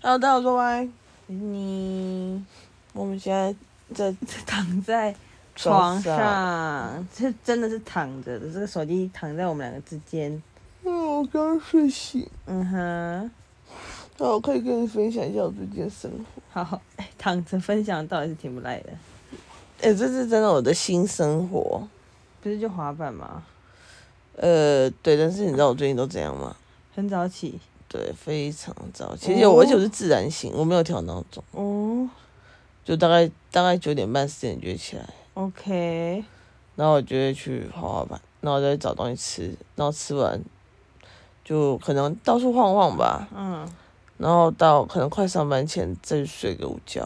Hello，大家好，我是 Y。你我们现在在躺在床上，这真的是躺着的，这个手机躺在我们两个之间。嗯，我刚睡醒。嗯哼，那我可以跟你分享一下我最近的生活。好， 哎躺着分享到底是挺不赖的，哎、这是真的我的新生活。不是就滑板吗？呃，对，但是你知道我最近都怎样吗？很早起对，非常早。其实我、哦而且我是自然醒，我没有调闹钟，哦就大概大概九点半十点就会起来， ，OK，然后我就会去滑滑板，然后再找东西吃，然后吃完就可能到处晃晃吧，嗯，然后到可能快上班前再去睡个午觉，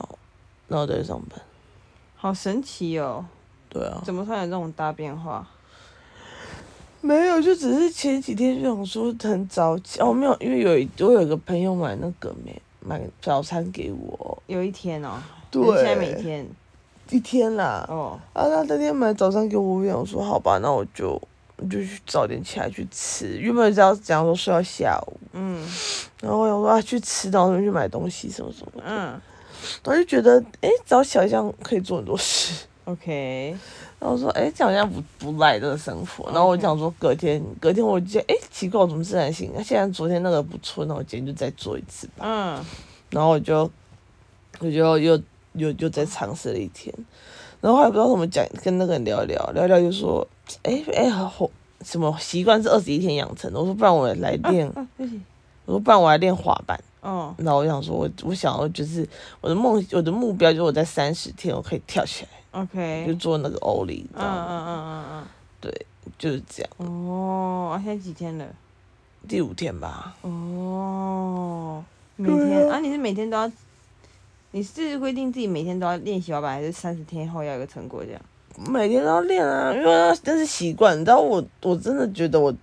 然后再去上班。好神奇哦，对啊，怎么突然有这种大变化？没有，就只是前几天就想说很早起哦，没有，因为有一我有一个朋友买那个没买早餐给我，有一天哦，对还是现在每天一天啦，哦，啊，他那天买早餐给我，我想说好吧，那我就我就去早点起来去吃，原本是要讲说睡到下午，嗯然后我想说啊去吃，然后顺便去买东西什么什么的，嗯然后就觉得哎早起好像可以做很多事， ，OK，然后我说哎这好像不不赖这个生活，然后我 OK 想说隔天隔天我就觉得哎奇怪我怎么自然醒，那既啊然昨天那个不错，那我今天就再做一次吧。嗯然后我就我就又又又再尝试了一天，然后还不知道怎么讲，跟那个人聊一聊，聊一聊就说，哎哎，好什么习惯是二十一天养成的？我说不然我来练， 啊，对不起，我说不然我来练滑板。哦，然后我想说我，我想要就是我的梦，我的目标就是我在三十天我可以跳起来， OK，就做那个欧力，你知嗯道嗯吗？嗯嗯就是这样，嗯，哦，啊现在几天了？第五天吧。哦，每对天啊啊，你是每天都要，你是规定自己每天都要练习滑板，还是三十天后要有个成果这样？每天都要练啊，因为那那是习惯。你知道我，我真的觉得我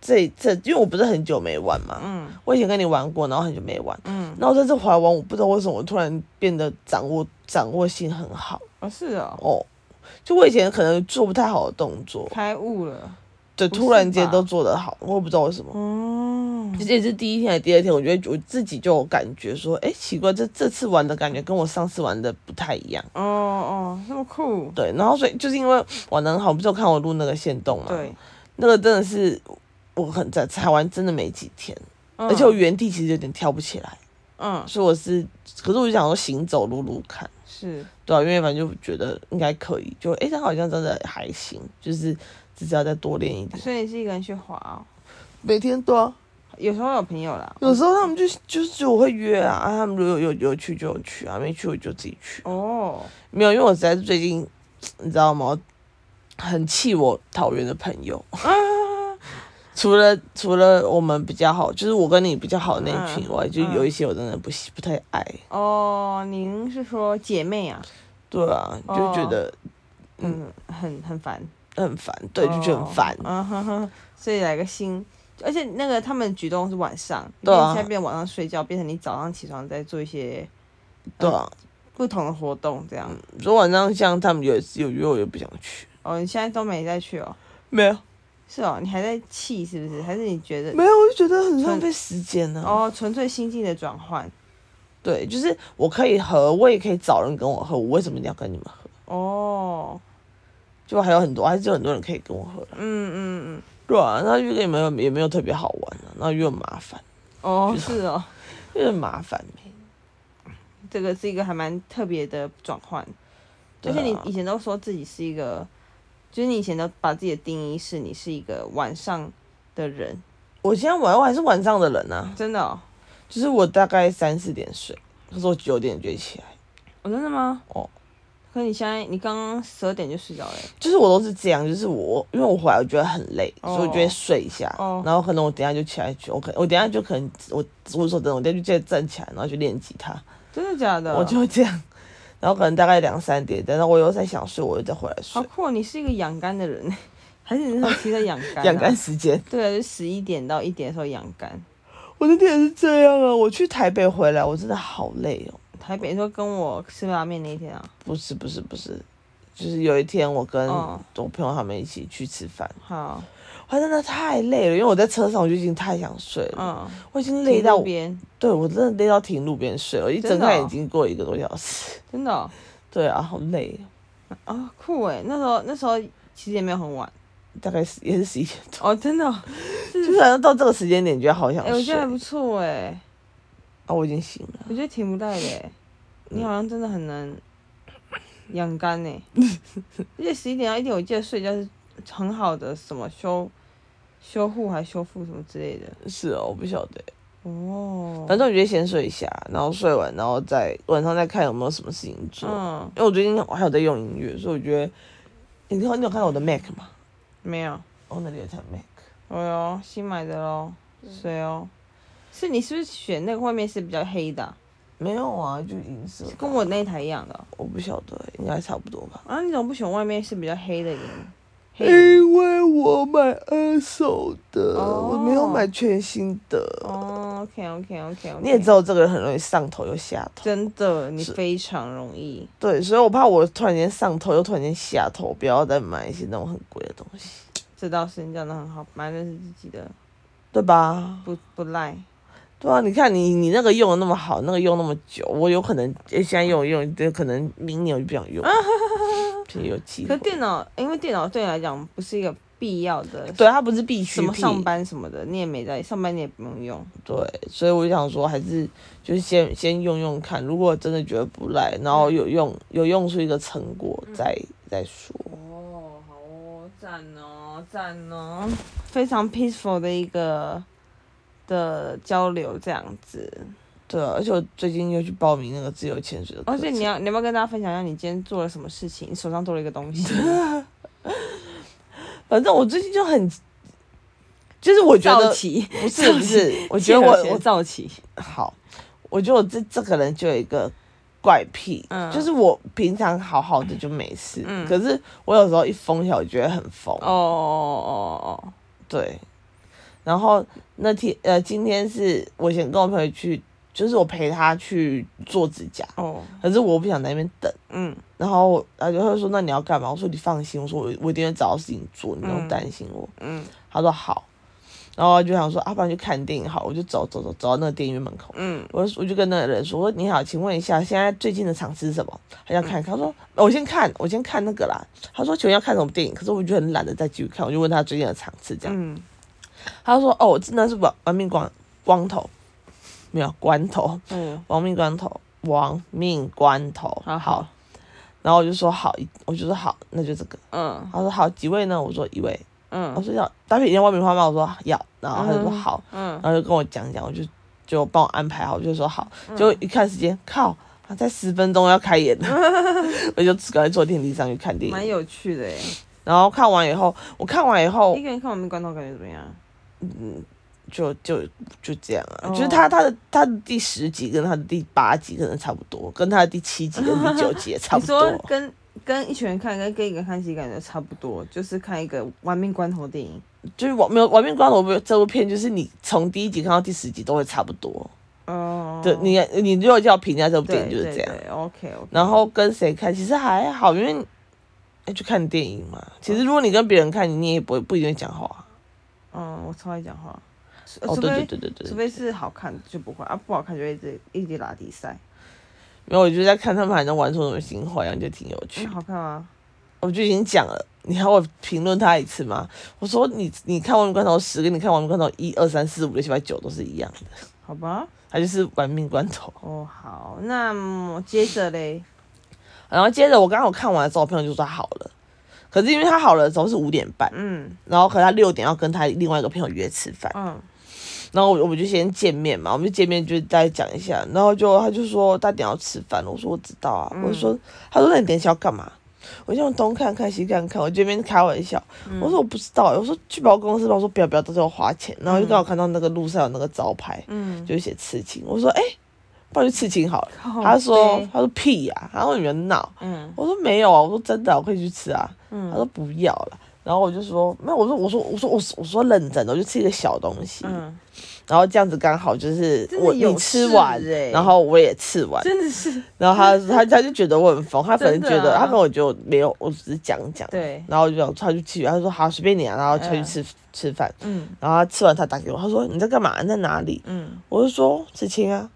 这这，因为我不是很久没玩嘛，嗯我以前跟你玩过，然后很久没玩，嗯，然后这次回来玩，我不知道为什么我突然变得掌握掌握性很好哦是哦，哦。就我以前可能做不太好的动作，开悟了，对，不突然是间吧都做得好，我也不知道为什么。哦，其实也是第一天还是第二天，我觉得我自己就有感觉说，哎，奇怪，这这次玩的感觉跟我上次玩的不太一样。哦哦，那么酷，对，然后所以就是因为玩的很好，不是有看我录那个线动嘛？对，，那个真的是我很在才玩，真的没几天，而且我嗯原地其实有点跳不起来，嗯所以我是，可是我就想说行走撸撸看。是对啊，因为反正就觉得应该可以，就诶，他好像真的还行，就是只是要再多练一点。所以你是一个人去滑哦，每天都、啊，有时候有朋友啦，有时候他们就就是我会约啊，啊他们如果有有有去就有去啊，没去我就自己去。哦，没有，因为我实在是最近，你知道吗？我很气我桃园的朋友， 除了除了我们比较好，就是我跟你比较好的那一群以外，就嗯有一些我真的不喜不太爱。哦，您是说姐妹啊？对啊，就觉哦得嗯，很很烦。很烦，对，就觉得很烦。哦嗯哼哼，所以来个新，而且那个他们举动是晚上，对啊因为现在变晚上睡觉，变成你早上起床再做一些对啊，不同的活动，这样。昨晚上像他们有一次有约我，又不想去。哦，你现在都没再去哦？没有，是哦，你还在气是不是？还是你觉得没有，我就觉得很浪费时间呢、哦，哦，纯粹心境的转换？对，就是我可以喝，我也可以找人跟我喝，我为什么一定要跟你们喝？哦，就还有很多，还是有很多人可以跟我喝啦。嗯嗯嗯，对啊，那约给你们也没有特别好玩啊，那又很麻烦， 哦啊是哦，又很麻烦、欸。这个是一个还蛮特别的转换，对而啊且你以前都说自己是一个，就是你以前都把自己的定义是你是一个晚上的人，我现在玩，我还是晚上的人啊，真的哦，就是我大概三四点睡，可是我九点就会起来，哦真的吗？哦，可你现在你刚刚十二点就睡着了欸、就是我都是这样，就是我因为我回来我觉得很累，哦所以我就会睡一下，哦然后可能我等一下就起来去，我可我等一下就可能我我说真的，我等一下就再站起来，然后去练吉他，真的假的？我就会这样，然后可能大概两三点，等到我又在想睡，我又再回来睡好，酷、哦，你是一个养肝的人欸， 还是你那时候骑着养肝、养肝？时间。对啊，就十一点到一点的时候养肝。我那天也是这样啊，我去台北回来，我真的好累哦。台北说跟我吃拉面那一天啊，不是不是不是，就是有一天我跟哦我朋友他们一起去吃饭，好，我真的太累了，因为我在车上我就已经太想睡了，嗯，我已经累停到路我，边，对我真的累到停路边睡了，我一睁真的开哦眼睛过一个多小时。 真的哦，对啊，好累，哦酷哎，那时候那时候其实也没有很晚，大概是也是十一点多，哦，真的哦，就是好像到这个时间点，觉得好想哎，我觉睡。得还不错哎，啊，我已经醒了，我觉得挺不赖的欸，你嗯好像真的 很能养肝呢。而且十一点到一点，我记得睡觉是很好的什么修修护还修复什么之类的。是哦，我不晓得。哦，反正我觉得先睡一下，然后睡完，然后再晚上再看有没有什么事情做。嗯，因为我最近还有在用音乐，所以我觉得，你看你有看到我的 Mac 吗？没有，我那里有台 Mac，哦哟，新买的喽，嗯谁哦？是你是不是选那个外面是比较黑的啊、没有啊，就银色的啊。跟我那一台一样的哦、我不晓得，应该差不多吧。啊？你怎么不选外面是比较黑的银？黑银因为我买二手的，哦我没有买全新的。哦，OK OK OK OK。你也知道，这个人很容易上头又下头，真的，你是非常容易。对，所以我怕我突然间上头又突然间下头，不要再买一些那种很贵的东西，这倒是，你讲的很好，买的是自己的，对吧？不不赖。对啊，你看你你那个用的那么好，那个用那么久，我有可能诶现在用一用，就可能明年我就不想用啊了，就有机可会。电脑，因为电脑对你来讲不是一个必要的，对，它不是必需什品。么上班什么的，你也没在上班，你也不用用。对，所以我就想说，还是就是先先用用看，如果真的觉得不赖，然后有用有用出一个成果嗯再再说。哦，好哦，赞哦，赞哦，非常 peaceful 的一个的交流这样子。对啊，而且我最近又去报名那个自由潜水的课而程，且哦你要，你要不要跟大家分享一下你今天做了什么事情？你手上多了一个东西，反正我最近就很，就是 我觉造得奇，不是不是，我我觉得我我造奇，好，我觉得我这这个人就有一个怪癖，嗯就是我平常好好的就没事，嗯可是我有时候一疯起来，我觉得很疯，哦哦哦对。然后那天呃，今天是我想跟我朋友去，就是我陪他去做指甲，哦哦，可是我不想在那边等，嗯然后他就他就说那你要干嘛？我说你放心，我说我我一定会找到事情做，你不用嗯担心我。嗯他说好，然后我就想说啊，不然去看电影好，我就走走走走到那个电影院门口，嗯，我就我就跟那个人说，我说你好，请问一下，现在最近的场次是什么？他想看，他说呃我先看，我先看那个啦。他说请问要看什么电影？可是我就很懒得再继续看，我就问他最近的场次这样。嗯，他说哦，我真的是亡亡命光光头，没有关头，嗯，亡命关头，亡命关头。好好，然后我就说好，我就说好，那就这个。嗯，他说好，几位呢？我说一位。我嗯，说要搭配一件外面花吗？我说要，然后他就说嗯哼好。嗯，然后就跟我讲讲，我就就帮我安排好，我就说好，嗯结果一看时间，靠，啊，在十分钟要开演 了，我就赶快坐电梯上去看电蛮影。有趣的耶。然后看完以后，我看完以后一个人看我们关头感觉怎么样？就就就这样啊，哦就是他他的他的第十集跟他的第八集可能差不多，跟他的第七集跟第九集也差 你不多说。跟跟一群人看，跟跟一个人看其实感觉差不多，就是看一个玩命关头电影。就是我没有《玩命关头》这部片，就是你从第一集看到第十集都会差不多。哦，对，你你如果叫评价这部电对影就是这样。对 OK OK。然后跟谁看，其实还好，因为哎去看电影嘛。其实如果你跟别人看，你也不会不一定会讲话。啊嗯，我超爱讲话，除哦，呃除对对非对对除对，非是好看就不会啊，不好看就会一直一直拉低赛。没有，我就在看他们还能玩出什么新花样，就挺有趣嗯，的。好看吗？我就已经讲了，你还我评论他一次吗？我说你你看《亡命关头十》跟你看《亡命关头》一二三四五六七八九都是一样的，好吧，他就是玩命关头。哦好，那么接着嘞，然后接着我刚刚我看完的时候，我朋友就说他好了，可是因为他好了的时候是五点半，嗯然后可他六点要跟他另外一个朋友约吃饭。嗯然后我我们就先见面嘛，我们就见面就大家讲一下，然后就他就说他等一下要吃饭了，我说我知道啊，我就说他说那你等一下要干嘛？我就用东看看西看看，我这边开玩笑，我说我不知道、我说去保公司吧，我说不要不要，到时候花钱，然后就刚好看到那个路上有那个招牌，嗯，就写刺青，我说哎、不然去刺青好了，靠他说背他说屁呀、然后你们闹，嗯我说没有啊，我说真的啊、我可以去吃啊，嗯他说不要了，然后我就说没有，我说我说我说我说我说认真的，我就吃一个小东西，嗯，然后这样子刚好就是真的我有你吃事完欸，然后我也吃完，真的是然后 他他他就觉得我很疯，他可能真的觉得、啊他跟我觉得我没有，我只是讲讲，对，然后我就想他就去，他就说好随便你啊，然后他去嗯吃、吃饭，嗯然后他吃完他打给我，他说你在干嘛？你在哪里？嗯，我就说子清啊，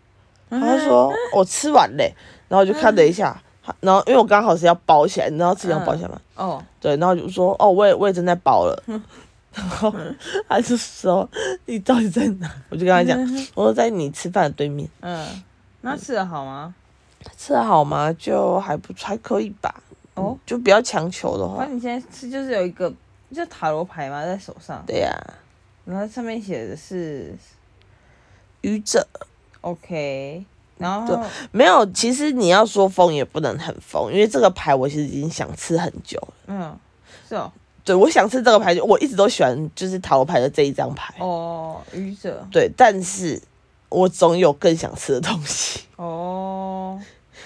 然后他他 说我吃完嘞，然后我就看了一下，他然后因为我刚好是要包起来，你知道自己要包起来吗？哦，对，然后我就说哦，我也我也正在包了，嗯 然后他就说你到底在哪？我就跟他哦讲，我说在你吃饭的对面，嗯，那吃的好吗？吃得好吗？就还不还可以吧，哦哎嗯，就不要强求的话反，正你现在吃就是有一个叫塔罗牌嘛，在手上，对呀、然后上面写的是愚者 OK，然后没有，其实你要说疯也不能很疯，因为这个牌我其实已经想吃很久了。嗯，是哦，对，我想吃这个牌，我一直都喜欢就是塔罗牌的这一张牌。哦，愚者，对，但是我总有更想吃的东西， 哦，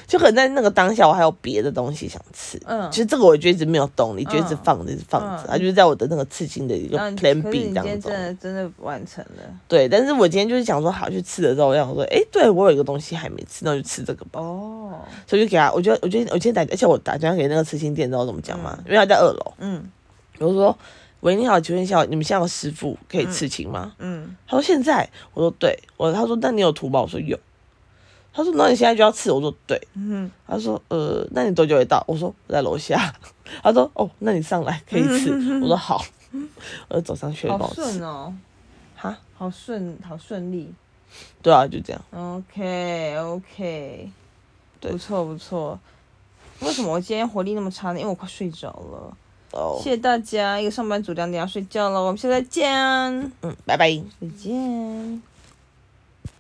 就可能在那个当下，我还有别的东西想吃。嗯，其实这个我就一直没有动力，就一直嗯放着，一直放着，嗯它就是在我的那个刺激的一个然后你 Plan 可是 B 你今当天中真。的真的完成了，对，但是我今天就是想说，好去吃了之后，我想说，诶，对我有一个东西还没吃，那我就吃这个吧。哦，所以我就给他，我就我就我今天打，而且我打电话给那个刺青店，你知道我怎么讲吗？因为他在二楼，嗯我就说：“喂，你好，请问一下，你们现在有师傅可以刺青吗？”嗯，他说：“现在。”我说：“对。”我他说：“那你有图吗？”我说：“有。”他说：“那你现在就要刺？”我说：“对。嗯”他说：“呃，那你多久会到？”我说：“我在楼下。” 他说：“哦，那你上来可以刺。”我说：“ 好。”我就走上去了，帮好我顺刺。哦，哈，好顺，好顺利。对啊，就这样。 OK OK，对不错不错。为什么我今天活力那么差呢？因为我快睡着了。哦谢，谢大家，一个上班族两点要睡觉了，我们下次再见，嗯，拜拜。再见。